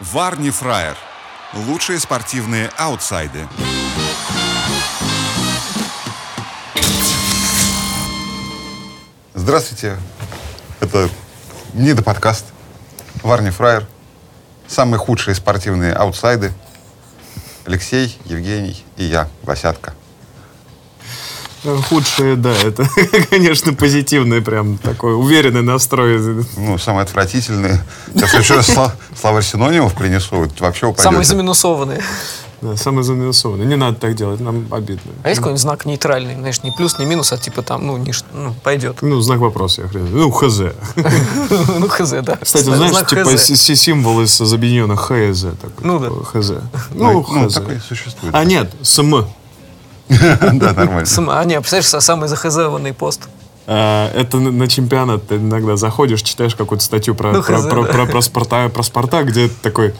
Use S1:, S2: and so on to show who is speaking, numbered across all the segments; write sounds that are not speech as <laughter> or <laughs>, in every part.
S1: Варни Фраер. Лучшие спортивные аутсайды. Здравствуйте. Это Нида подкаст. Варни Фраер. Самые худшие спортивные аутсайды. Алексей, Евгений и я, Васятка.
S2: Э, Худшее, да, это, <laughs> конечно, позитивный прям такой уверенный настрой.
S1: Ну, самые отвратительные. Я в следующий раз сла- словарь синонимов принесу, вот вообще упадете.
S3: Самые заминусованные.
S2: Да, самый заминусованный. Не надо так делать, нам обидно.
S3: А есть какой-нибудь знак нейтральный? Знаешь, не плюс, не минус, а типа там, ну, не, ш- ну пойдет.
S2: Ну, знак вопроса, я хрен. знает. Ну, хз.
S3: <laughs> Ну, хз, да.
S2: Кстати,
S3: Зна-
S2: знаешь,
S3: знак
S2: типа
S3: «хз».
S2: си- си- символ из объединенных ХЗ. Такой,
S3: Ну да.
S2: типа, ХЗ.
S1: Ну,
S2: Ну,
S1: ну,
S2: ХЗ.
S1: такой существует.
S2: А нет, СМ.
S1: Да, нормально.
S3: Сам- А, не, представляешь, са- самый захезованный пост.
S2: А, Это на- на чемпионат ты иногда заходишь, читаешь какую-то статью про,
S3: Ну,
S2: про,
S3: хз,
S2: про,
S3: да.
S2: про- про Спарта- про Спартак, где ты такой...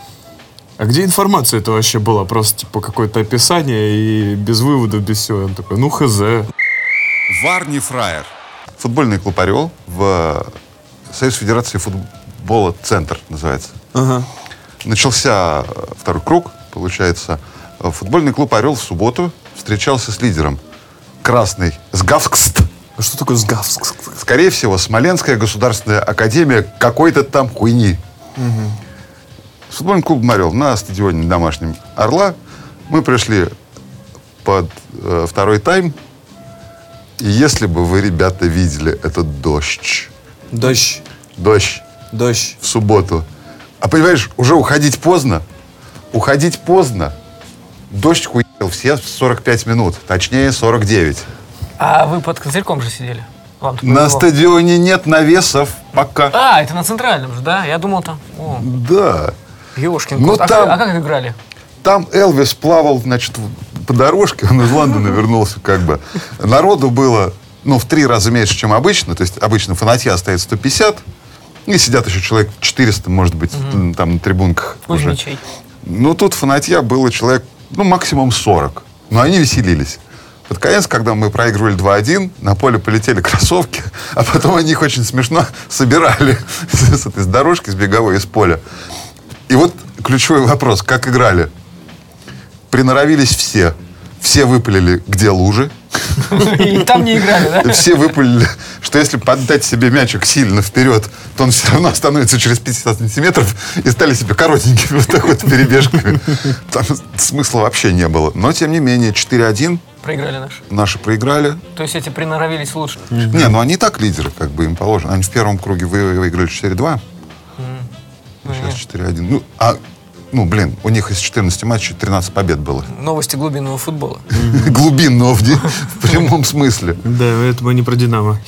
S2: А где информация это вообще была? Просто типа какое-то описание и без выводов, без всего. Он такой, ну хз.
S1: Варни Фраер. Футбольный клуб «Орел» в Союз Федерации футбола «Центр» называется.
S2: Ага.
S1: Начался э, второй круг, получается. Э, Футбольный клуб «Орел» в субботу встречался с лидером. Красный Сгавскст.
S2: А что такое сгавск?
S1: Скорее всего, Смоленская государственная академия какой-то там хуйни. С футбольным клубом «Орел» на стадионе домашнем «Орла» мы пришли под э, второй тайм. И если бы вы, ребята, видели этот дождь,
S2: Дождь.
S1: дождь
S2: Дождь.
S1: в субботу. А понимаешь, уже уходить поздно. Уходить поздно. Дождь хуел все 45 минут, точнее 49.
S3: А вы под козырьком же сидели? Вам тут
S1: На
S3: повезло.
S1: стадионе нет навесов пока.
S3: А, это на центральном же, да? Я думал там. О,
S1: Да.
S3: Ёшкин
S1: Ну,
S3: кот. А
S1: там-
S3: как- А как играли?
S1: Там Элвис плавал, значит, в- по дорожке, он из Лондона вернулся как бы. Народу было, ну, в три раза меньше, чем обычно. То есть обычно фанатья стоит 150, и сидят еще человек 400, может быть, м, там на трибунках уже.
S3: Кузьмичей.
S1: Ну, тут фанатья было человек, ну, максимум 40. Но они веселились. Под конец, когда мы проигрывали 2-1, на поле полетели кроссовки, а потом они их очень смешно <laughs> собирали с этой с дорожки, с беговой, из поля. И вот ключевой вопрос, как играли? Приноровились все. Все выпалили, где лужи.
S3: <laughs> И там не играли, да?
S1: Все выпалили, что если поддать себе мячик сильно вперед, то он все равно становится через 50 сантиметров и стали себе коротенькими вот так вот перебежками. Там смысла вообще не было. Но, тем не менее, 4-1
S3: Проиграли наши.
S1: наши проиграли.
S3: То есть эти приноровились лучше.
S1: Не, ну они и так лидеры, как бы им положено. Они в первом круге вы- выиграли 4-2. Сейчас 4-1. Ну, а, ну, блин, у них из 14 матчей 13 побед было.
S3: Новости глубинного футбола.
S1: Глубинного в, де- в прямом смысле.
S2: Да, это мы не про Динамо.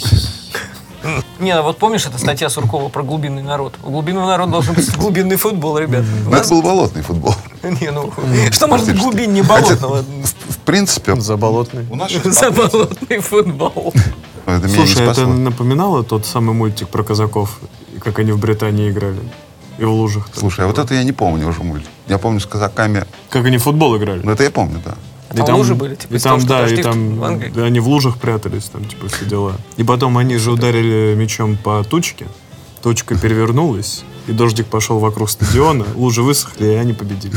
S3: Не, а вот помнишь, эта статья Суркова про глубинный народ? У глубинного народа должен
S1: <laughs>
S3: быть глубинный футбол, ребят.
S1: Но
S3: У нас-
S1: это был болотный футбол.
S3: <laughs> Не, ну, что может быть глубиннее
S1: Хотя,
S3: болотного?
S1: в, в принципе,
S2: Заболотный.
S1: у нас
S2: <laughs>
S1: сейчас
S3: Заболотный футбол.
S1: Но Это меня не
S2: Слушай, а это
S1: спасло.
S2: напоминало тот самый мультик про казаков, и как они в Британии играли. И в лужах.
S1: Слушай, а вот это я не помню уже мульт. Я помню с казаками.
S2: Как они в футбол играли.
S1: Ну, это я помню, да. <laughs>
S3: А там лужи были, типа,
S2: и
S3: из того,
S2: там,
S3: что
S2: да,
S3: дожди
S2: и
S3: в-
S2: там
S3: в Англии.
S2: да, они в лужах прятались, там, типа, все дела. И потом они же ударили мячом по тучке, точка перевернулась, и дождик пошел вокруг стадиона, лужи высохли, и они победили.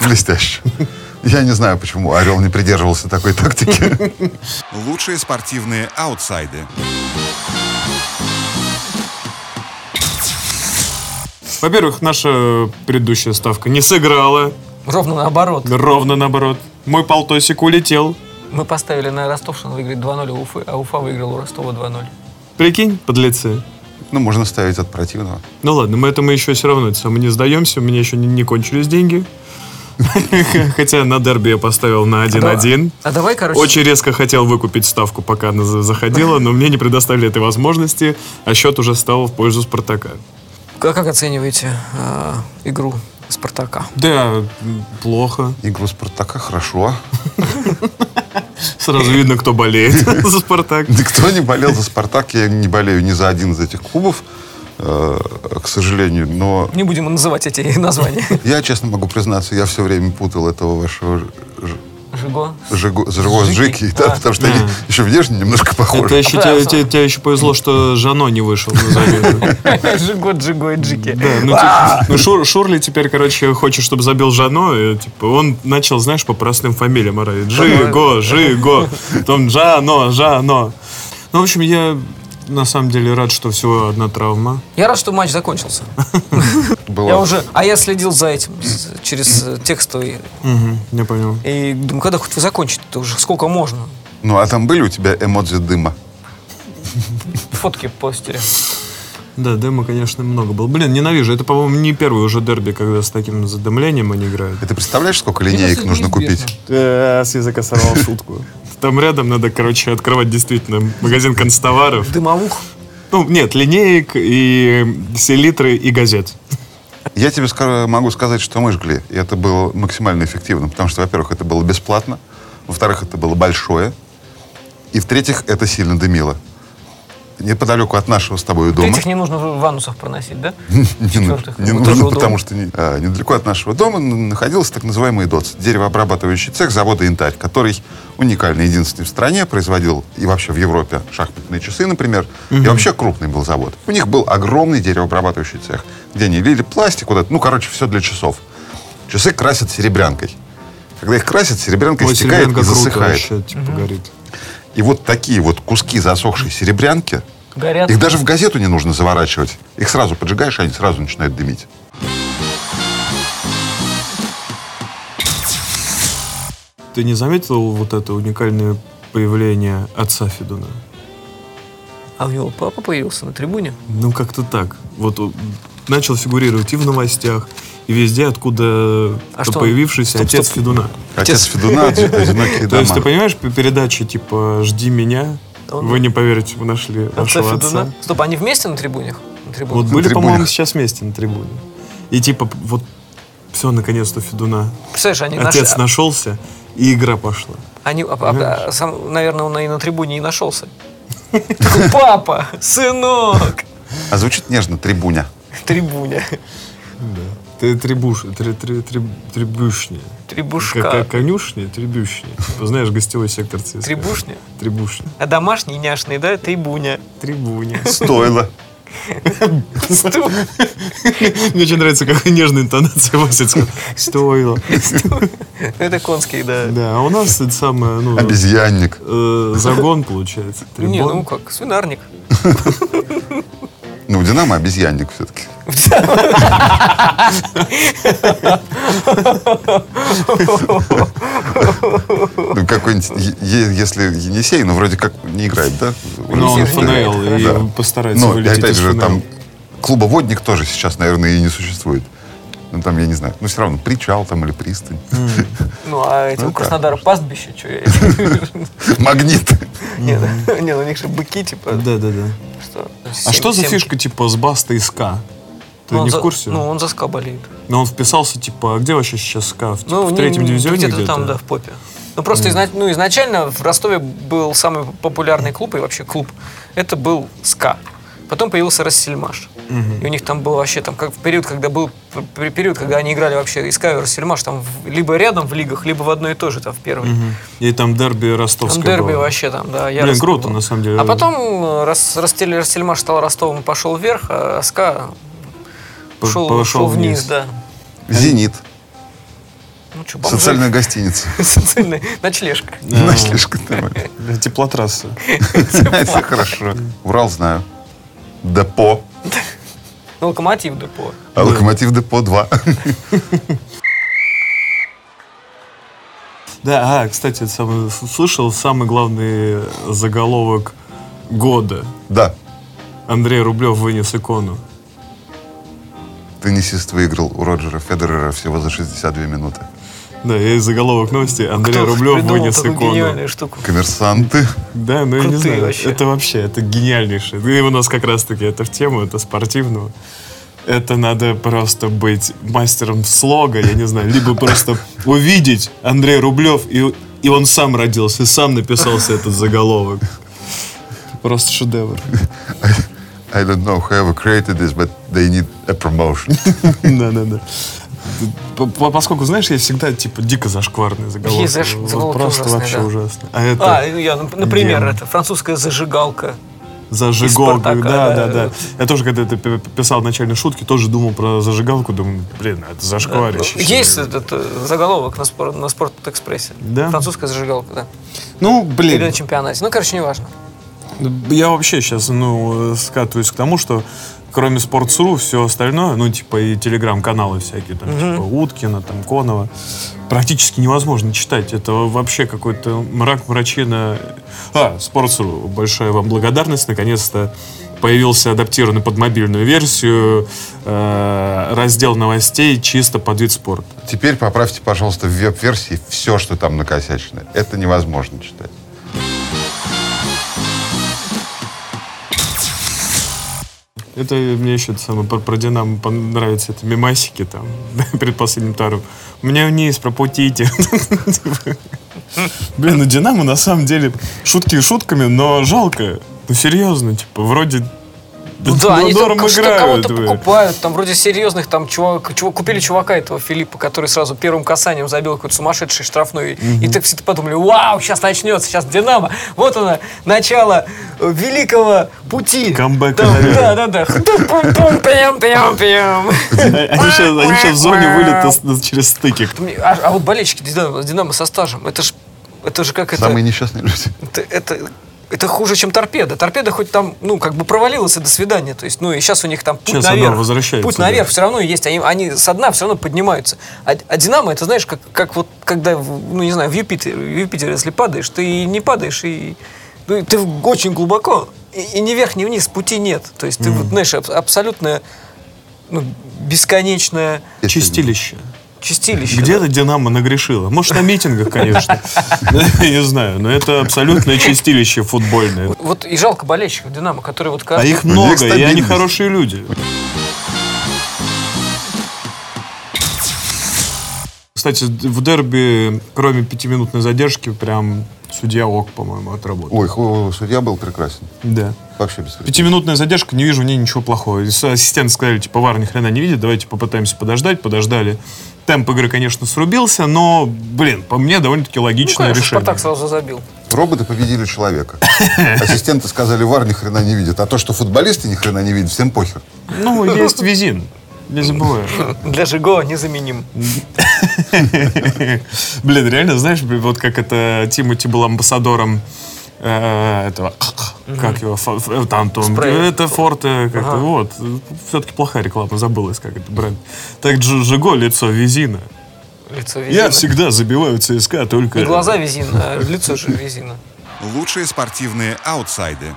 S1: Блестяще. Я не знаю, почему Орел не придерживался такой тактики.
S4: <laughs> Лучшие спортивные аутсайды.
S2: Во-первых, наша предыдущая ставка не сыграла,
S3: Ровно наоборот.
S2: ровно наоборот. Мой полтосик улетел.
S3: Мы поставили на Ростов, что он выиграет 2-0 у Уфы, а Уфа выиграл у Ростова 2-0.
S2: Прикинь, подлецы.
S1: Ну, можно ставить от противного.
S2: Ну ладно, мы это мы еще все равно это самое, не сдаемся, у меня еще не, не кончились деньги. <laughs> Хотя на дерби я поставил на 1-1.
S3: А давай, короче,
S2: Очень резко хотел выкупить ставку, пока она за- заходила, но мне не предоставили этой возможности, а счет уже стал в пользу Спартака.
S3: а как оцениваете а, игру Спартака?
S2: Да, плохо.
S1: Игру Спартака хорошо. <laughs>
S2: Сразу видно, кто болеет <laughs> за Спартак.
S1: Никто не болел за Спартак. Я не болею ни за один из этих клубов, э, к сожалению. Но
S3: Не будем называть эти <laughs> названия.
S1: я, честно могу признаться, я все время путал этого вашего ж- ж-
S3: Жиго. <laughs>
S1: Жигу- Жиго- Жики, да, потому что они
S2: Да.
S1: еще внешне немножко
S2: А, Это
S1: похожи.
S2: еще, тебе,
S3: Да, абсолютно.
S2: тебе- тебе еще повезло, что Жано не вышел на замену.
S3: Жиго, Джиго и Джики.
S2: Да, ну, типа, ну, Шур- Шурли теперь, короче, хочет, чтобы забил Жано. и, типа, он начал, знаешь, по простым фамилиям орать. Жиго, Жиго, потом Жано, Жано. Ну, в общем, я на самом деле рад, что всего одна травма.
S3: Я рад, что матч закончился.
S1: Было.
S3: Я уже, а я следил за этим с- через э, текстовый.
S2: Угу, я понял.
S3: И думаю, когда хоть вы закончите-то уже, сколько можно?
S1: Ну, а там были у тебя эмоджи дыма?
S3: Фотки постили.
S2: Да, дыма, конечно, много было. Блин, ненавижу. Это, по-моему, не первый уже дерби, когда с таким задымлением они играют.
S1: Ты представляешь, сколько линеек
S3: Это
S1: нужно
S3: неизбежно.
S1: купить?
S3: Э,
S2: С языка <laughs> сорвал шутку. Там рядом надо, короче, открывать действительно магазин констоваров.
S3: Дымовух.
S2: Ну, нет, линеек и селитры и газет.
S1: Я тебе ска- могу сказать, что мы жгли. И это было максимально эффективно, потому что, во-первых, это было бесплатно, во-вторых, это было большое, и в-третьих, это сильно дымило. Неподалеку от нашего с тобой дома.
S3: Третьих не нужно в ванусах проносить, да?
S1: <laughs> Не, ну-
S3: Четвертых.
S1: не
S3: Вот тоже
S1: нужно,
S3: удобно.
S1: потому что не- а, недалеко от нашего дома н- находился так называемый ДОЦ, деревообрабатывающий цех завода «Янтарь», который уникальный, единственный в стране, производил и вообще в Европе шахматные часы, например, и вообще крупный был завод. У них был огромный деревообрабатывающий цех, где они лили пластик, вот это, ну, короче, все для часов. Часы красят серебрянкой. Когда их красят, серебрянка
S2: Ой,
S1: истекает
S2: Серебрянка
S1: и
S2: круто
S1: засыхает.
S2: вообще, типа, горит.
S1: И вот такие вот куски засохшей серебрянки,
S3: Горят.
S1: их даже в газету не нужно заворачивать. Их сразу поджигаешь, а они сразу начинают дымить.
S2: Ты не заметил вот это уникальное появление отца Федуна?
S3: А у него папа появился на трибуне.
S2: Ну, как-то так. Вот он начал фигурировать и в новостях, и везде, откуда
S3: А
S2: то
S3: что он?
S2: появившийся
S3: Стоп,
S2: отец
S3: стоп.
S2: Федуна.
S1: Отец Федуна, «Оди- одинокие
S2: То есть, ты
S1: дома.
S2: понимаешь, п- передача типа «Жди меня»,
S3: Он-
S2: вы не поверите, мы нашли вашего
S3: Федуна.
S2: отца.
S3: Стоп, они вместе на трибунах? На
S2: Вот
S3: трибунах?
S2: были,
S1: трибунах.
S2: по-моему, сейчас вместе на трибуне. И типа вот все, наконец-то Федуна.
S3: Представляешь, они
S2: Отец
S3: наши- а,
S2: нашелся, и игра пошла.
S3: Они, а- а- а, сам, наверное, он и на трибуне и нашелся. Такой, Папа, сынок,
S1: А звучит нежно, трибуня.
S3: трибуня,
S2: Ты трибуш, три, три, три- трибушня. Какая
S3: трибушка,
S2: конюшня, трибушня. Типа, знаешь, гостевой сектор ЦСКА.
S3: трибушня.
S2: Трибушня.
S3: А домашний няшный, да, трибуня.
S2: Трибуня. <laughs>
S1: Стоило.
S3: Сту-
S2: Мне очень нравится, какая нежная интонация Вася сказал. Стоило.
S3: Это конский, да.
S2: Да, а у нас это самое, ну,
S1: Обезьянник.
S2: э, загон получается.
S3: Не, ну
S2: Трибун.
S3: как, свинарник.
S1: Ну, у Динамо обезьянник все-таки. Ну, какой-нибудь, е- е- если Енисей, ну, вроде как не играет, да?
S2: Но Ну, он
S3: Енисей же не играет,
S2: ФНЛ,
S1: хорошо.
S2: и постарается
S1: Ну, и
S2: вылететь
S1: опять
S2: из
S1: же,
S2: ФНЛ.
S1: там клубоводник тоже сейчас, наверное, и не существует. Ну, там, я не знаю. Ну, все равно, причал там или пристань.
S3: Ну, а эти у
S1: так,
S3: Краснодара пастбище, что я...
S1: Магнит.
S3: Не, да. <laughs> Не, ну у них же быки, типа,
S2: Да, да, да.
S3: что...
S2: А что за
S3: семки.
S2: фишка типа с Баста и СКА? Ты
S3: Ну, он
S2: не в
S3: за-
S2: курсе?
S3: Ну, он за СКА болеет. Ну,
S2: Но он вписался, типа, а где вообще сейчас СКА? В, типа, в
S3: не-
S2: третьем
S3: не-
S2: дивизионе
S3: где-то
S2: где-то?
S3: там, да, в попе. Ну, просто изна- ну, изначально в Ростове был самый популярный клуб и вообще клуб. Это был СКА. Потом появился Рассельмаш. И у них там был вообще, там, как в период, когда был п- п- период, когда они играли вообще СКА и Рассельмаш, там в- либо рядом в лигах, либо в одной и той же, там, в первой.
S2: Мгм. И там дерби
S3: Там
S2: ростовское
S3: дерби
S2: было.
S3: вообще там, да. я
S2: Блин,
S3: раз-
S2: круто, на самом деле.
S3: А потом э, Рас- Ростель- Растельмаш стал Ростовом и пошел вверх, а СКА
S2: П-
S3: шел,
S2: пошел
S3: шел вниз.
S2: вниз.
S3: да.
S1: Зенит.
S3: Ну, что, <laughs>
S1: Социальная гостиница.
S3: Социальная ночлежка.
S1: Знаешь, слишком нормально.
S2: Э, Теплотрасса.
S1: Это хорошо. Урал знаю. Депо.
S3: Ну, Локомотив депо.
S1: А Локомотив Депо 2.
S2: Да, а, кстати, это самое- с- слышал самый главный заголовок года.
S1: <laughs> Да.
S2: Андрей Рублев вынес икону.
S1: Теннисист выиграл у Роджера Федерера всего за 62 минуты.
S2: Да, и заголовок новости. Андрей
S3: Кто
S2: Рублев
S3: придумал
S2: вынес
S3: такую
S2: икону.
S3: гениальную штуку.
S1: Коммерсанты.
S2: Да, ну я не
S3: Крутые
S2: знаю.
S3: вообще.
S2: Это вообще, это гениальнейшее. Ну, И у нас как раз-таки это в тему, это спортивного. Это надо просто быть мастером слога, я не знаю, либо просто увидеть Андрей Рублев, и, и он сам родился, и сам написался этот заголовок. Просто шедевр.
S1: I don't know how we created this, but they need a promotion. <laughs>
S2: Да-да-да. П- по- Поскольку, знаешь, я всегда, типа, дико зашкварные заголовки.
S3: Есть заш-
S2: Вот
S3: заголовки
S2: Просто
S3: ужасные,
S2: вообще
S3: да.
S2: ужасно. А это...
S3: А, я, ну, например,
S2: Гена.
S3: это французская зажигалка.
S2: Зажигалку, да,
S3: «Спартака»,
S2: да,
S3: да.
S2: да. Я тоже, когда это п- писал в начальной шутке, тоже думал про зажигалку, думаю, блин, это зашкварище.
S3: ну, Есть этот э, заголовок на, спор- на Спортэкспрессе.
S2: Да?
S3: Французская зажигалка, да.
S2: Ну,
S3: Или на
S2: блин,
S3: чемпионате. Ну, короче, неважно.
S2: я вообще сейчас, ну, скатываюсь к тому, что кроме Sports.ru, все остальное, ну, типа и телеграм-каналы всякие, там, типа Уткина, там, Конова, практически невозможно читать. Это вообще какой-то мрак, мрачина. А, Sports.ru, большая вам благодарность, наконец-то появился адаптированный под мобильную версию э, раздел новостей чисто под вид спорта.
S1: Теперь поправьте, пожалуйста, в веб-версии все, что там накосячено. Это невозможно читать.
S2: Это мне еще это самое, про, про Динамо понравится, это мемасики там, <laughs> перед последним таром. Меня вниз, пропутите. Типа. <laughs> Блин, ну Динамо на самом деле шутки шутками, но жалко. Ну серьезно, типа, вроде
S3: Ну да, они там
S2: Додором
S3: как- что
S2: играют.
S3: кого-то
S2: вы.
S3: покупают, там вроде серьезных, там чувак, чувак- купили чувака этого Филиппа, который сразу первым касанием забил какой-то сумасшедший штрафной, и так все подумали, вау, сейчас начнется, сейчас Динамо, вот оно, начало э, великого пути.
S2: Камбэка,
S3: Там,
S2: наверное.
S3: Да, да, да. Хтум-пум-пум,
S2: <laughs>
S3: пям-пям-пям.
S2: А, Они сейчас в зоне вылета с- с- через стыки.
S3: А а вот болельщики Динамо Динамо со стажем, это же это же как это...
S1: Самые несчастные люди.
S3: это, это, это хуже, чем торпеда. Торпеда хоть там, ну, как бы провалилась и до свидания. То есть, ну, и сейчас у них там путь
S2: Щас она
S3: наверх.
S2: возвращается,
S3: путь
S2: да.
S3: наверх все равно есть. Они, они со дна все равно поднимаются. А, а Динамо, это знаешь, как, как вот, когда, в- ну, не знаю, в Юпитер, в Юпитер, если падаешь, ты и не падаешь, и ну, и ты в- очень глубоко. И, и ни вверх, ни вниз пути нет. То есть, ты, вот, знаешь, аб- абсолютно ну, бесконечное
S2: Чистилище.
S3: чистилище.
S2: Где-то Динамо нагрешило. Может, на митингах, конечно. <laughs> Я не знаю, но это абсолютное чистилище футбольное.
S3: Вот и жалко болельщиков Динамо, которые вот
S2: А
S3: каждый-
S2: их
S1: Ну, их
S2: много, и они
S1: стабильность.
S2: хорошие люди. Кстати, в дерби, кроме пятиминутной задержки, прям судья ок, по-моему, отработал.
S1: Ой, ху- судья был прекрасен.
S2: Да.
S1: Вообще без вреда.
S2: Пятиминутная задержка, не вижу в ней ничего плохого. И с- Ассистенты сказали, типа, вар ни хрена не видит, давайте попытаемся подождать. Подождали. Темп игры, конечно, срубился, но, блин, по мне, довольно-таки
S3: Ну,
S2: логичное
S3: конечно,
S2: решение.
S3: Спартак сразу забил.
S1: Роботы победили
S2: <laughs>
S1: человека. Ассистенты сказали, вар ни хрена не видит. А то, что футболисты ни хрена не видят, всем похер.
S2: Ну, есть визин. Не забываю.
S3: Для Жиго незаменим.
S2: Блин, реально, знаешь, вот как это Тимати был амбассадором э, этого, как его, фо- фо- там, там, э,
S3: Спрей.
S2: это Форте, как-то,
S3: Ага.
S2: вот, все-таки плохая реклама, забылась, как это бренд. Так Джи- Жиго, лицо Визина.
S3: Лицо
S2: Я
S3: Визина.
S2: всегда забиваю ЦСКА только...
S3: Не глаза Визина, а лицо
S2: <laughs>
S3: же Визина.
S4: Лучшие спортивные аутсайды.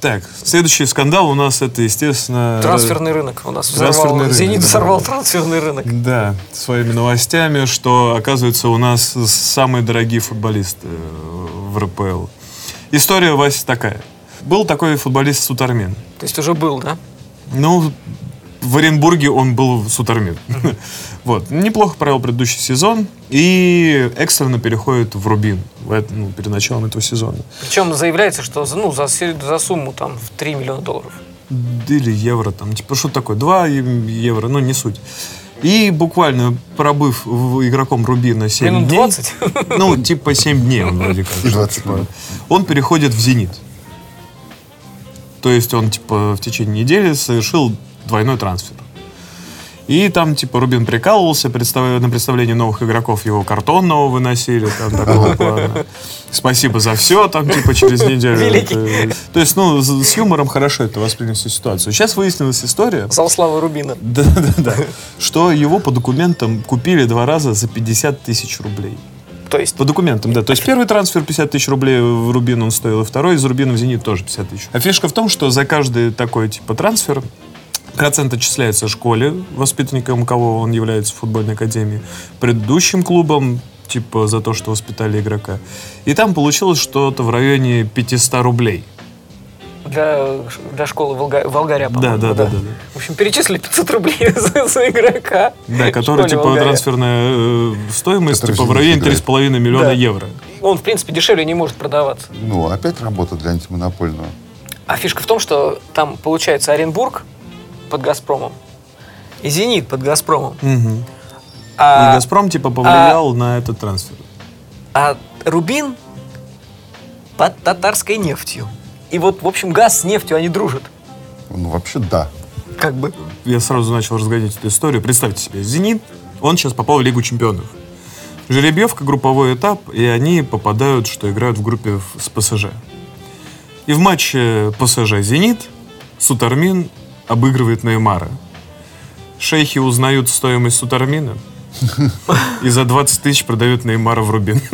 S2: Так, следующий скандал у нас это, естественно...
S3: Трансферный рынок у нас
S2: Трансферный
S3: взорвал.
S2: рынок,
S3: Зенит
S2: да.
S3: взорвал трансферный рынок.
S2: Да, своими новостями, что, оказывается, у нас самые дорогие футболисты э, в РПЛ. История, Вася, такая. Был такой футболист Сутармин.
S3: То есть уже был, да?
S2: Ну, в Оренбурге он был Сутармин. <laughs> Вот. Неплохо провел предыдущий сезон и экстренно переходит в Рубин в эт- ну, перед началом этого сезона.
S3: Причем заявляется, что за- ну, за, се- за сумму там в 3 миллиона долларов.
S2: или евро, там, типа, что такое, 2 евро, ну, не суть. И буквально пробыв в- игроком Рубина 7
S3: Минут
S2: дней,
S3: <laughs> 20?
S2: ну, типа 7 дней он вроде как.
S1: 20
S2: Типа, Он переходит в «Зенит». То есть он, типа, в течение недели совершил двойной трансфер. И там, типа, Рубин прикалывался, представ- на представление новых игроков его картонного выносили, там такого плана. Спасибо за все, там, типа, через неделю.
S3: Великий.
S2: Это- То есть, ну, с с юмором хорошо это восприняли всю ситуацию. Сейчас выяснилась история, <laughs>
S3: Зал славы Рубина.
S2: да, да, да, что его по документам купили два раза за 50 тысяч рублей.
S3: То есть
S2: По документам, да. То есть первый трансфер 50 тысяч рублей в Рубин он стоил, и второй из Рубина в Зенит тоже 50 тысяч. А фишка в том, что за каждый такой типа трансфер процент отчисляется школе, воспитанником кого он является в футбольной академии, предыдущим клубом, типа за то, что воспитали игрока. И там получилось что-то в районе 500 рублей.
S3: для, для школы Волга- Волгаря,
S2: Да,
S3: по-моему.
S2: да, да, да, да.
S3: В общем, перечислили 500 рублей <laughs> за, за игрока.
S2: Да, который
S3: в школе
S2: типа
S3: Волгаря.
S2: трансферная э, стоимость
S1: Который
S2: типа, в
S1: Зенит
S2: районе
S1: играет.
S2: 3,5 миллиона
S3: Да.
S2: евро.
S3: Он, в принципе, дешевле не может продаваться.
S1: Ну, опять работа для антимонопольного.
S3: А фишка в том, что там получается Оренбург под Газпромом и Зенит под Газпромом.
S2: Мгм.
S3: А,
S2: И Газпром типа повлиял на этот трансфер.
S3: а Рубин под татарской нефтью. И вот, в общем, газ с нефтью они дружат.
S1: Ну, вообще, да.
S2: <laughs>
S3: Как бы.
S2: Я сразу начал разгонять эту историю. Представьте себе, Зенит, он сейчас попал в Лигу чемпионов. Жеребьевка, групповой этап, и они попадают, что играют в группе в- с ПСЖ. И в матче ПСЖ-Зенит Сутармин обыгрывает Неймара. Шейхи узнают стоимость Сутармина и за 20 тысяч продают Неймара в Рубин. <laughs>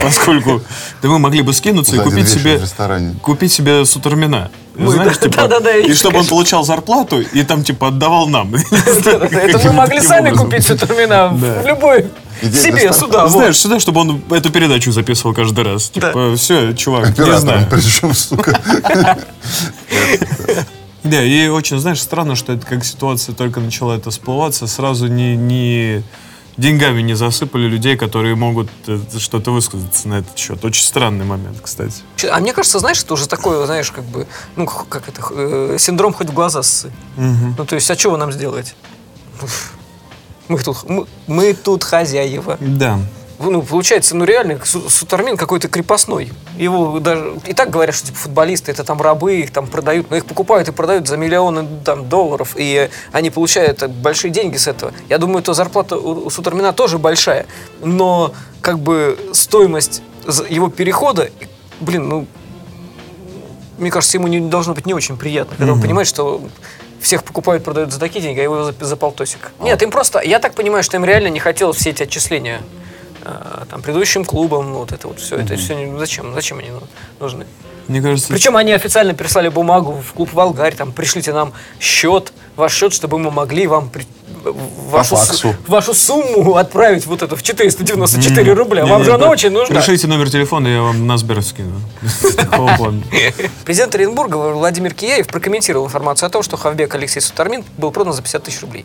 S2: Поскольку да мы могли бы скинуться и
S1: За один
S2: купить
S1: вечер
S2: себе
S1: в ресторане.
S2: купить себе сутермина.
S3: Ну,
S2: Знаешь,
S3: да,
S2: типа,
S3: да, да, да,
S2: и
S3: я
S2: чтобы он
S3: конечно.
S2: получал зарплату и там типа отдавал
S3: <laughs>
S2: нам.
S3: Это мы могли
S2: Таким
S3: сами
S2: образом.
S3: купить все термина
S2: <laughs> Да.
S3: в любой
S1: Идея
S3: себе
S1: доставки.
S3: сюда. вот.
S2: Знаешь, сюда, чтобы он эту передачу записывал каждый раз. Типа, все, чувак, не
S1: Оператором
S2: знаю.
S1: причем,
S2: <laughs>
S1: сука.
S2: Да, и очень, знаешь, странно, что это как ситуация только начала это всплываться, сразу не, не деньгами не засыпали людей, которые могут э, что-то высказаться на этот счет. Очень странный момент, кстати.
S3: Чё, А мне кажется, знаешь, это уже такое, знаешь, как бы, ну, х- как это, х- э, синдром хоть в глаза ссы. Ну, то есть, а что вы нам сделаете? Мы тут, мы, мы тут хозяева.
S2: Да.
S3: Ну, получается, ну, реально, Су- Сутармин какой-то крепостной. Его даже... И так говорят, что, типа, футболисты — это там рабы, их там продают. Но их покупают и продают за миллионы там, долларов, и они получают э, большие деньги с этого. Я думаю, то зарплата у, у Сутармина тоже большая. Но, как бы, стоимость за- его перехода, блин, ну, мне кажется, ему не должно быть не очень приятно, когда он понимает, что всех покупают, продают за такие деньги, а его за, за полтосик. Нет, им просто, я так понимаю, что им реально не хотелось все эти отчисления э, там, предыдущим клубам, вот это вот все, это все зачем, зачем они ну, нужны?
S2: Мне кажется,
S3: Причем они официально прислали бумагу в клуб Волгарь, там, пришлите нам счет, ваш счет, чтобы мы могли вам при- в- вашу, су-
S1: факсу.
S3: вашу сумму отправить вот эту в 494 рубля.
S2: Не,
S3: Вам
S2: не,
S3: же она
S2: да.
S3: очень нужна.
S2: Пишите номер телефона, я вам на Сбер скину. Такого
S3: <laughs>
S2: плана.
S3: Президент Оренбурга Владимир Кияев прокомментировал информацию о том, что Хавбек Алексей Сутармин был продан за 50 тысяч рублей.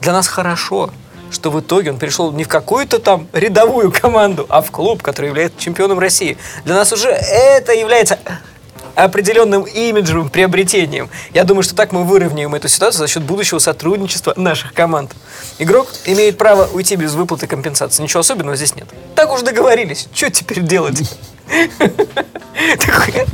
S3: Для нас хорошо, что в итоге он перешел не в какую-то там рядовую команду, а в клуб, который является чемпионом России. Для нас уже это является определенным имиджевым приобретением. Я думаю, что так мы выровняем эту ситуацию за счет будущего сотрудничества наших команд. Игрок имеет право уйти без выплаты компенсации. Ничего особенного здесь нет. Так уж договорились. Что теперь делать? Такой,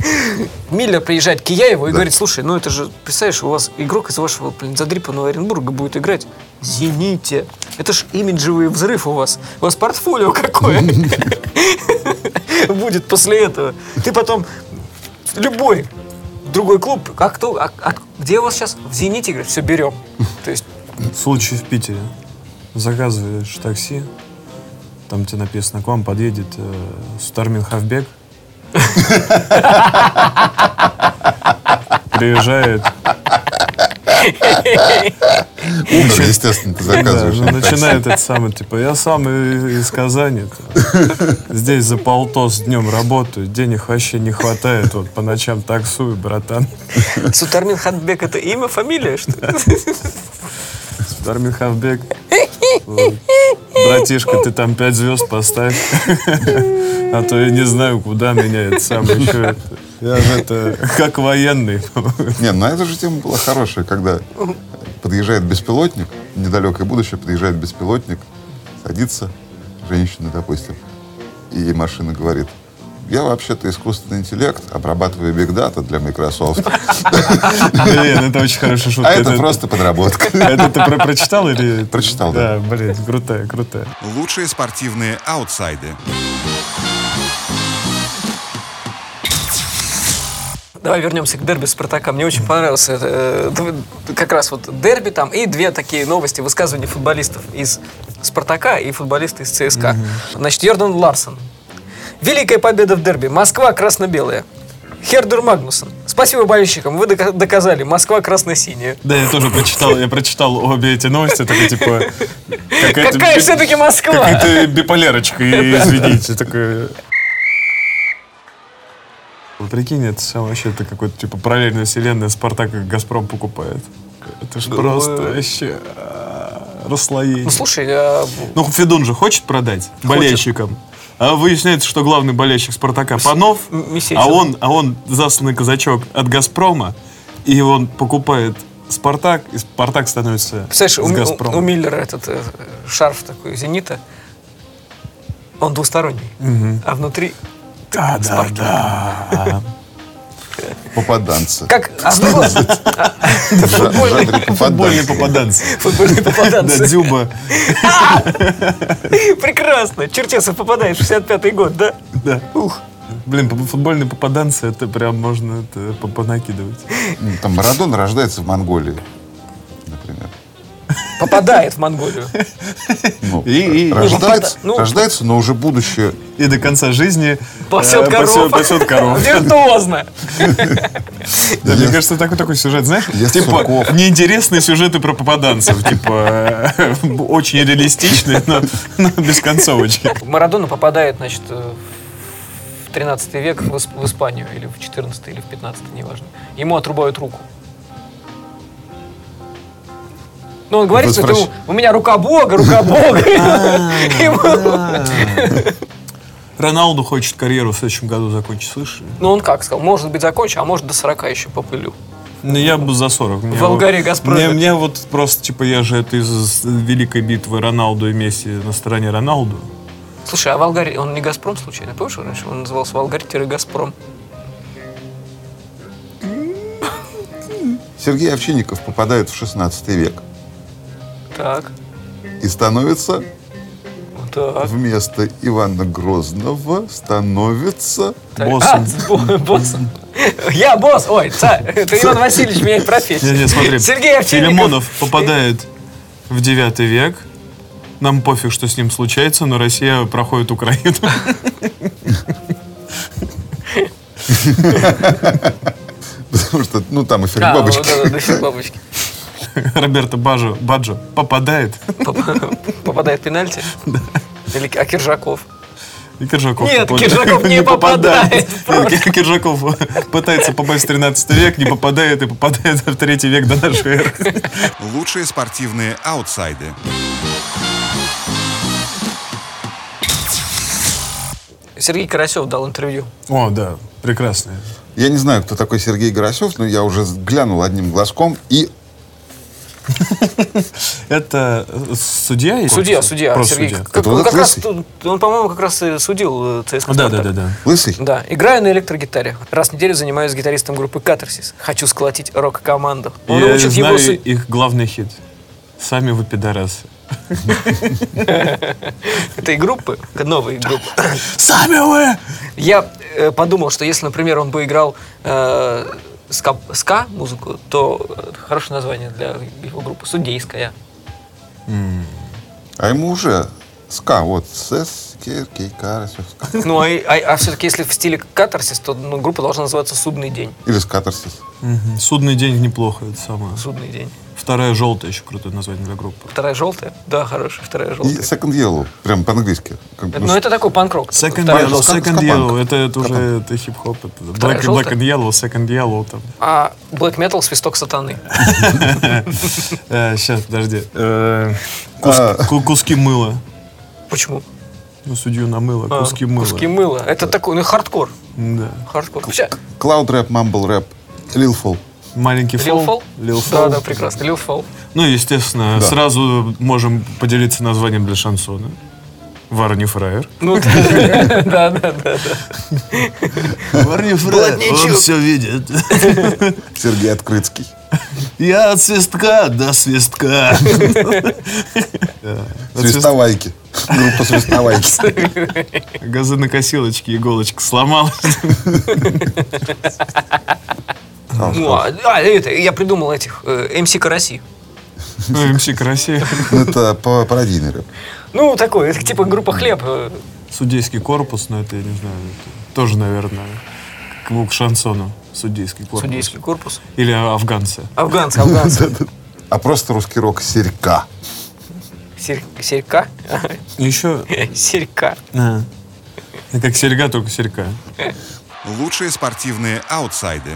S3: Миллер приезжает к Кияеву и говорит, слушай, ну это же, представляешь, у вас игрок из вашего, блин, задрипанного Оренбурга будет играть в «Зените». Это ж имиджевый взрыв у вас. У вас портфолио какое <laughs> будет после этого. Ты потом любой другой клуб, а кто, а- а где у вас сейчас? В «Зените» играть, все берем. То есть
S2: Случай в Питере. Заказываешь такси, там тебе написано, к вам подъедет э, Сутармин
S3: <laughs>
S2: Хавбек. Приезжает.
S1: Умер, естественно, ты
S2: <laughs> Да,
S1: заказываешь.
S2: ну, начинает этот самый, типа, я сам и- из Казани. там. Здесь за полтос днем работаю, денег вообще не хватает. Вот по ночам таксую, братан.
S3: Сутармин Ханбек это имя, фамилия, что ли?
S2: Сутармин Хавбек. Вот. Братишка, ты там пять звезд поставь. А то я не знаю, куда меня это самое еще это. Я же это как военный.
S1: Не, ну эта же тема была хорошая, когда подъезжает беспилотник, недалекое будущее, подъезжает беспилотник, садится женщина, допустим, и ей машина говорит, я вообще-то искусственный интеллект, обрабатываю бигдата для Microsoft,
S2: Блин, это очень хорошая шутка.
S1: а это просто подработка.
S2: Это ты про- прочитал или...
S1: Прочитал,
S2: Да, блин, крутая, крутая.
S4: Лучшие спортивные аутсайды.
S3: Давай вернемся к дерби Спартака. Мне очень понравился э, дв- как раз вот дерби там и две такие новости, высказывания футболистов из Спартака и футболисты из ЦСКА. Значит, Йордан Ларсон. Великая победа в дерби. Москва красно-белая. Хердер Магнусон. Спасибо болельщикам. Вы дока- доказали. Москва красно-синяя.
S2: Да, я тоже прочитал, я прочитал обе эти новости, такой типа... какая-то
S3: Какая
S2: би-
S3: все-таки Москва?
S2: Какая-то биполярочка, и- извините, такое... Вы Прикинь, это сам вообще это какой-то типа параллельная вселенная Спартак и Газпром покупает. Это ж просто вообще а, расслоение.
S3: Ну, слушай, э,
S2: Ну, Федун же хочет продать болельщикам. А выясняется, что главный болельщик Спартака Панов,
S3: М- Мисетин.
S2: а он, а он засланный казачок от Газпрома, и он покупает Спартак, и Спартак становится
S3: Представляешь, у,
S2: с
S3: Ми-
S2: Газпрома.
S3: у Миллера этот э, шарф такой «Зенита», он двусторонний, а внутри...
S2: Да, да, да.
S1: Попаданцы.
S3: Как а одного
S1: В жа- в жанре
S2: Футбольный
S1: попаданцы.
S2: попаданцы.
S3: футбольные
S2: Да,
S3: попаданцы.
S2: Дзюба.
S3: Прекрасно. Чертесов попадает в 65-й год, да?
S2: Да. Ух. Блин, поп- футбольные попаданцы, это прям можно это по- понакидывать.
S1: Ну, Там Марадон рождается в Монголии, например.
S3: Попадает в Монголию.
S1: Ну,
S2: И- и-
S1: рождается,
S3: Ну, попада- ну.
S1: рождается, но уже будущее.
S2: И до конца жизни э,
S3: Пасет
S2: пасет-
S3: коров.
S2: пасет
S3: <laughs>
S2: коров.
S3: Виртуозно.
S2: Да, мне кажется, такой такой сюжет, знаешь,
S1: Ест
S2: типа
S1: сурков.
S2: неинтересные сюжеты про попаданцев, типа э, <laughs> очень реалистичные, но, но без концовочки.
S3: Марадона попадает, значит, э, в 13 век в Ис- в Испанию, или в 14 или в 15 неважно. Ему отрубают руку. Ну, он говорит, что это
S1: Возвращ-
S3: у у меня рука бога, рука бога. <laughs> А, Ему-
S2: Роналду хочет карьеру в следующем году закончить, слышишь?
S3: Ну, он как сказал, может быть, закончу, а может, до 40 еще попылю.
S2: Ну, я бы за 40. Мне
S3: В Болгарии
S2: вот-
S3: «Газпром».
S2: Мне, мне вот просто, типа, я же это из великой битвы Роналду и Месси на стороне Роналду.
S3: Слушай, а Волгарь, он не Газпром случайно? Помнишь, раньше он назывался Волгарь-Газпром?
S1: Сергей Овчинников попадает в 16 век
S3: Так,
S1: и становится
S3: вот так.
S1: вместо Ивана Грозного становится...
S3: так.
S2: Боссом.
S3: А, с бо- боссом. Я босс, ой, царь, это Иван Васильевич меняет профессию.
S2: Не, не, смотри.
S3: <laughs> Сергей Овчинников.
S2: Филимонов попадает в 9 век. Нам пофиг, что с ним случается, но Россия проходит Украину. <laughs>
S1: Потому что, ну, там эффект
S3: А,
S1: бабочки.
S3: вот это, да, эффект бабочки.
S2: Роберто Баджо, Баджо попадает.
S3: Поп- Попадает пенальти? Или а Киржаков?
S2: И Киржаков
S3: Нет,
S2: попадает. <laughs>
S3: Киржаков не попадает
S2: Нет,
S3: <laughs>
S2: Кир- Киржаков <laughs> пытается попасть в 13 век, не попадает и попадает в 3 век до нашей эры.
S4: Лучшие спортивные аутсайды.
S3: Сергей Карасев дал интервью.
S2: О, да, прекрасно.
S1: Я не знаю, кто такой Сергей Горосев, но я уже глянул одним глазком и...
S2: Это э, судья? или-
S3: Судья, судья.
S2: Просто
S3: Сергей,
S2: судья.
S3: как-
S1: Это
S3: он
S1: вот
S3: как
S1: этот
S3: раз,
S1: лысый?
S3: тут- он, по-моему, как раз и судил э, ЦСКА.
S2: Да, да,
S3: «Спартак».
S2: да, да.
S1: Лысый?
S3: Да, играю на электрогитаре. Раз в неделю занимаюсь гитаристом группы Катарсис. Хочу сколотить рок-команду. Он
S2: Я
S3: учит
S2: знаю
S3: его... су-
S2: их главный хит. Сами вы пидорасы.
S3: этой группы, новой группы.
S2: Сами вы!
S3: <coughs> Я э, подумал, что если, например, он бы играл э, ска, ска музыку, то э, хорошее название для его группы судейская.
S1: А ему уже ска, вот, сэс, кер, кей, кара, сё, ска.
S3: Ну а, все-таки если в стиле катарсис, то ну, группа должна называться Судный день.
S1: Или скатарсис.
S2: Мгм. Судный день неплохо, это самое.
S3: Судный день.
S2: Вторая желтая еще крутое название для группы.
S3: Вторая желтая? Да, хорошая, вторая
S1: И
S3: желтая.
S1: second yellow, прям по-английски. Как бы, ну,
S3: Ну это такой панк-рок.
S2: Second
S3: Вторая
S2: Yellow,
S3: желтая.
S1: ска-
S2: Second
S1: скапанк.
S2: Yellow, это, это уже это хип-хоп. Это black, black
S3: желтая?
S2: and Yellow, Second Yellow. Там.
S3: А Black Metal свисток сатаны.
S2: сейчас, подожди. Э, кус-
S1: А.
S2: ку- Куски мыла.
S3: Почему?
S2: Ну, судью намыло,
S3: А,
S2: куски мыла.
S3: Куски мыла. Это такой, ну хардкор.
S2: Да.
S3: Хардкор. Вообще,
S1: Клауд рэп, мамбл рэп, лилфол.
S2: Маленький
S3: Lil
S2: фол.
S3: Fall?
S2: Lil
S3: Да,
S2: Fall.
S3: да, прекрасно. Lil
S2: <laughs>
S3: Fall.
S2: Ну, естественно,
S1: Да.
S2: сразу можем поделиться названием для шансона. Варни Фраер.
S3: Ну, да, да, да, да.
S2: Варни
S3: Блатничок.
S2: все видит.
S1: Сергей Открыцкий.
S2: Я от свистка до свистка. Да. От свистка.
S1: Свистовайки. Группа свистовайки.
S3: <laughs>
S2: Газонокосилочки, иголочка сломалась.
S3: Ну, а, а, это, я придумал этих, э, МС Караси.
S2: Ну, МС Карасей.
S1: Ну, Это по- пародийный рэп.
S3: Ну, такой, это типа группа хлеб. э,
S2: Судейский корпус, но это, я не знаю, это тоже, наверное, к, к шансону. Судейский корпус.
S3: Судейский корпус.
S2: Или афганцы.
S3: Афганцы, афганцы.
S1: А просто <laughs> русский рок серька.
S3: Серь- Серька? <laughs>
S2: Еще...
S3: Серька.
S2: а, это Как серьга, только серька.
S4: Лучшие спортивные аутсайды.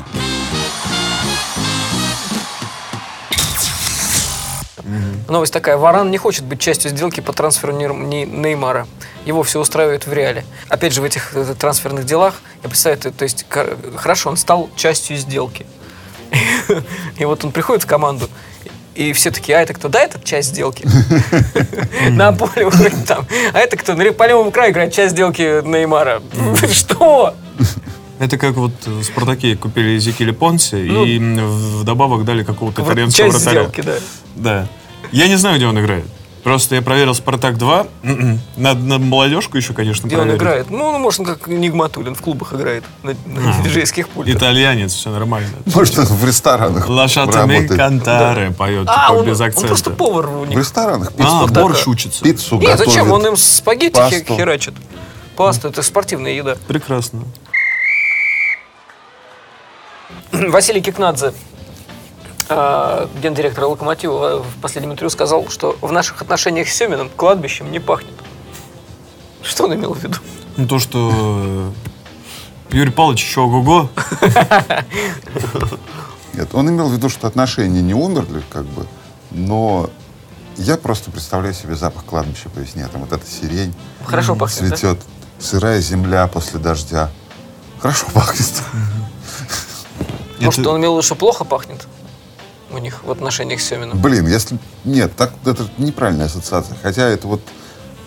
S3: Новость такая. Варан не хочет быть частью сделки по трансферу Нер- Ней- Неймара. Его все устраивает в реале. Опять же, в этих э, трансферных делах, я представляю, это- то есть, кор- хорошо, он стал частью сделки. <laughs> И вот он приходит в команду, и все такие, а это кто? Да, это часть сделки. На поле вроде там. А это кто? На по левому краю играет часть сделки Неймара. <laughs> Что?
S2: Это как вот в «Спартаке» купили Зикили Понси и вдобавок дали какого-то
S3: Вра-
S2: итальянского
S3: Ну, Часть
S2: вратаря.
S3: сделки, да.
S2: Да. Я не знаю, где он играет. Просто я проверил «Спартак 2». М-м. <clears throat> Надо на молодежку еще, конечно,
S3: Где он
S2: проверить.
S3: играет? Ну, ну, может, он как Нигматулин в клубах играет на, на диджейских пультах.
S2: Итальянец, все
S3: <clears throat>
S2: нормально.
S1: Может, он в ресторанах
S2: Лошадами
S1: работает.
S2: кантары поет,
S3: а,
S2: такой
S3: он,
S2: типа, без
S3: он
S2: акцента.
S3: просто повар у
S1: В
S3: них.
S1: ресторанах
S2: а,
S1: пиццу,
S2: борщ учится.
S1: пиццу
S3: Нет,
S1: готовит.
S3: зачем? Он им спагетти хе-
S1: пасту.
S3: херачит. Паста, это спортивная еда. <clears throat>
S2: Прекрасно.
S3: Василий Кикнадзе, э, гендиректор «Локомотива», э, в последнем интервью сказал, что в наших отношениях с Семиным кладбищем не пахнет. Что он имел в виду?
S2: Ну, то, что э, Юрий Павлович еще ого-го.
S1: Нет, он имел в виду, что отношения не умерли, как бы, но я просто представляю себе запах кладбища по весне. Там вот эта сирень
S3: Хорошо пахнет, да?
S1: цветет, сырая земля после дождя. Хорошо <laughs> пахнет.
S3: Может,
S2: Это-
S3: он имел в виду, что плохо пахнет у них в отношениях с Семиным?
S1: Блин, если... Нет, так, это неправильная ассоциация. Хотя это вот,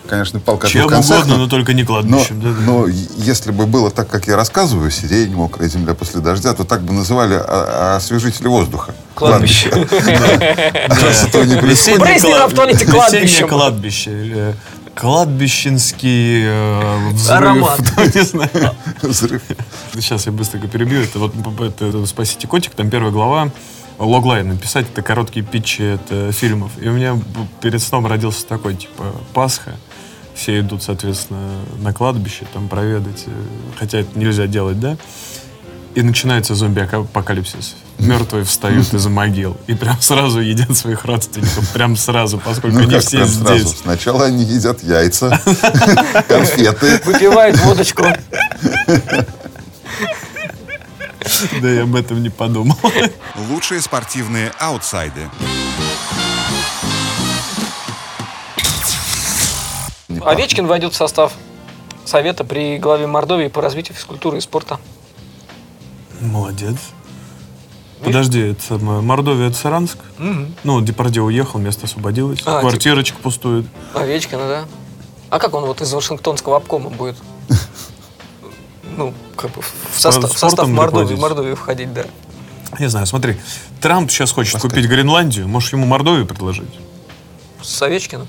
S1: конечно, палка
S3: ну,
S1: о двух
S2: Чем
S1: концах,
S2: угодно,
S1: но-
S2: но только не
S1: Но,
S2: кладбищем. да-да.
S1: но е- если бы было так, как я рассказываю, сирень, мокрая земля после дождя, то так бы называли о- освежители воздуха. <laughs>
S3: Кладбище.
S1: А Раз этого не происходит,
S2: Весеннее
S3: Брезнина в туалете
S2: весеннее
S3: кладбищем.
S2: кладбище. или Кладбищенский э, взрыв. <laughs>
S3: Аромат.
S2: там, не знаю.
S1: взрыв.
S2: Сейчас я быстренько перебью. Это вот б- б- это «Спасите котик», там первая глава. Логлайн написать, это короткие питчи это фильмов. И у меня б- перед сном родился такой, типа, Пасха. Все идут, соответственно, на кладбище, там проведать. э, Хотя это нельзя делать, да? И начинается зомби-апокалипсис. Мертвые встают из могил и прям сразу едят своих родственников. Прям сразу, поскольку
S1: Ну
S2: они
S1: как
S2: все
S1: прям
S2: здесь.
S1: сразу? Сначала они едят яйца, <laughs> конфеты.
S3: Выпивает водочку.
S2: Да, я об этом не подумал.
S4: Лучшие спортивные аутсайды.
S3: Овечкин войдет в состав Совета при главе Мордовии по развитию физкультуры и спорта.
S2: Молодец. Подожди, это самое, Мордовия, это Саранск? Ну, Депардье уехал, место освободилось.
S3: А,
S2: Квартирочка пустует.
S3: Овечкина, да. А как он вот из Вашингтонского обкома будет? Ну, как бы в состав, в состав
S2: спортом
S3: Мордовии,
S2: руководить?
S3: Мордовии входить, да.
S2: Не знаю, смотри. Трамп сейчас хочет купить Гренландию. Можешь ему Мордовию предложить?
S3: С Овечкиным?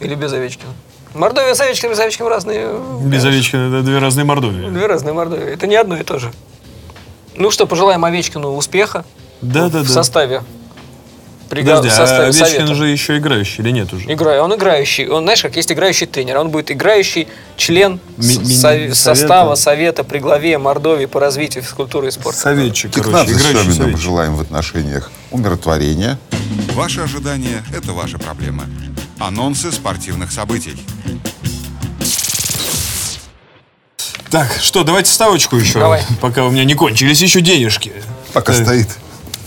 S3: Или без Овечкина? Мордовия с Овечкиным, без Овечкиным разные.
S2: Без овечки это две разные Мордовии.
S3: Две разные Мордовии. Это не одно и то же. Ну что, пожелаем Овечкину успеха
S2: Да, да,
S3: в
S2: да.
S3: составе. При га-
S2: Подожди,
S3: в
S2: а
S3: составе
S2: Овечкин
S3: совета.
S2: же еще играющий или нет уже?
S3: Игра- Он играющий. Он, знаешь, как есть играющий тренер. Он будет играющий член с-
S2: Ми- ми-
S3: со-
S2: совета.
S3: состава совета при главе Мордовии по развитию физкультуры и спорта.
S2: Советчик, короче,
S1: Кикнадзе с
S2: играющий
S1: Семиным
S2: советчик.
S1: желаем в отношениях умиротворения.
S4: Ваши ожидания – это ваша проблема. Анонсы спортивных событий.
S2: Так, что, давайте ставочку еще,
S3: Давай.
S2: пока у меня не кончились еще денежки.
S1: Пока
S2: Да.
S1: стоит.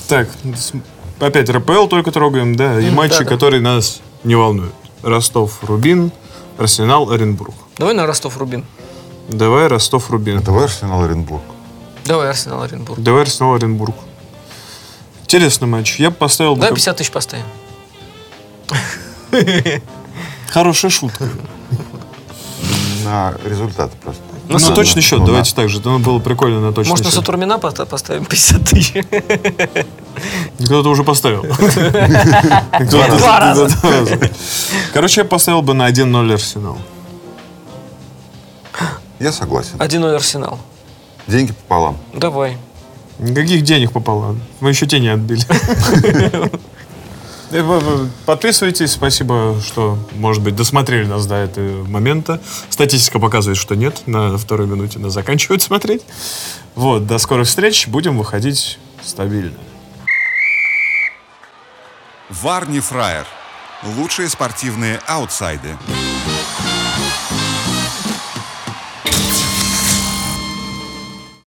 S2: Так, ну, с- опять РПЛ только трогаем, да, и матчи,
S3: да-да.
S2: которые нас не волнуют. Ростов, Рубин, Арсенал, Оренбург.
S3: Давай на Ростов-Рубин.
S2: Давай Ростов, Рубин.
S1: Давай Арсенал Оренбург.
S3: Давай Арсенал Оренбург.
S2: Давай Арсенал, Оренбург. Интересный матч. Я бы поставил бы
S3: Давай
S2: как-
S3: 50 тысяч поставим.
S2: хорошая шутка.
S1: На результаты просто.
S2: Ну,
S1: Ну,
S2: точный
S1: на-
S2: счет,
S1: ну,
S2: давайте так же. Ну, было прикольно на точный
S3: Может, на
S2: счет.
S3: Сатурмина поста- поставим 50 тысяч? <laughs>
S2: Кто-то уже поставил. Кто-то-
S3: Два раза.
S2: Два раза. <laughs> Короче, я поставил бы на 1-0 Арсенал.
S1: на- Я согласен.
S3: 1-0 Арсенал.
S1: Деньги пополам.
S3: Давай.
S2: Никаких денег пополам. Мы еще тени отбили. <laughs> Э, вы- вы Подписывайтесь. Спасибо, что, может быть, досмотрели нас до этого момента. Статистика показывает, что нет. На второй минуте нас заканчивают смотреть. Вот, до скорых встреч. Будем выходить стабильно.
S4: Варни Фраер. Лучшие спортивные аутсайды.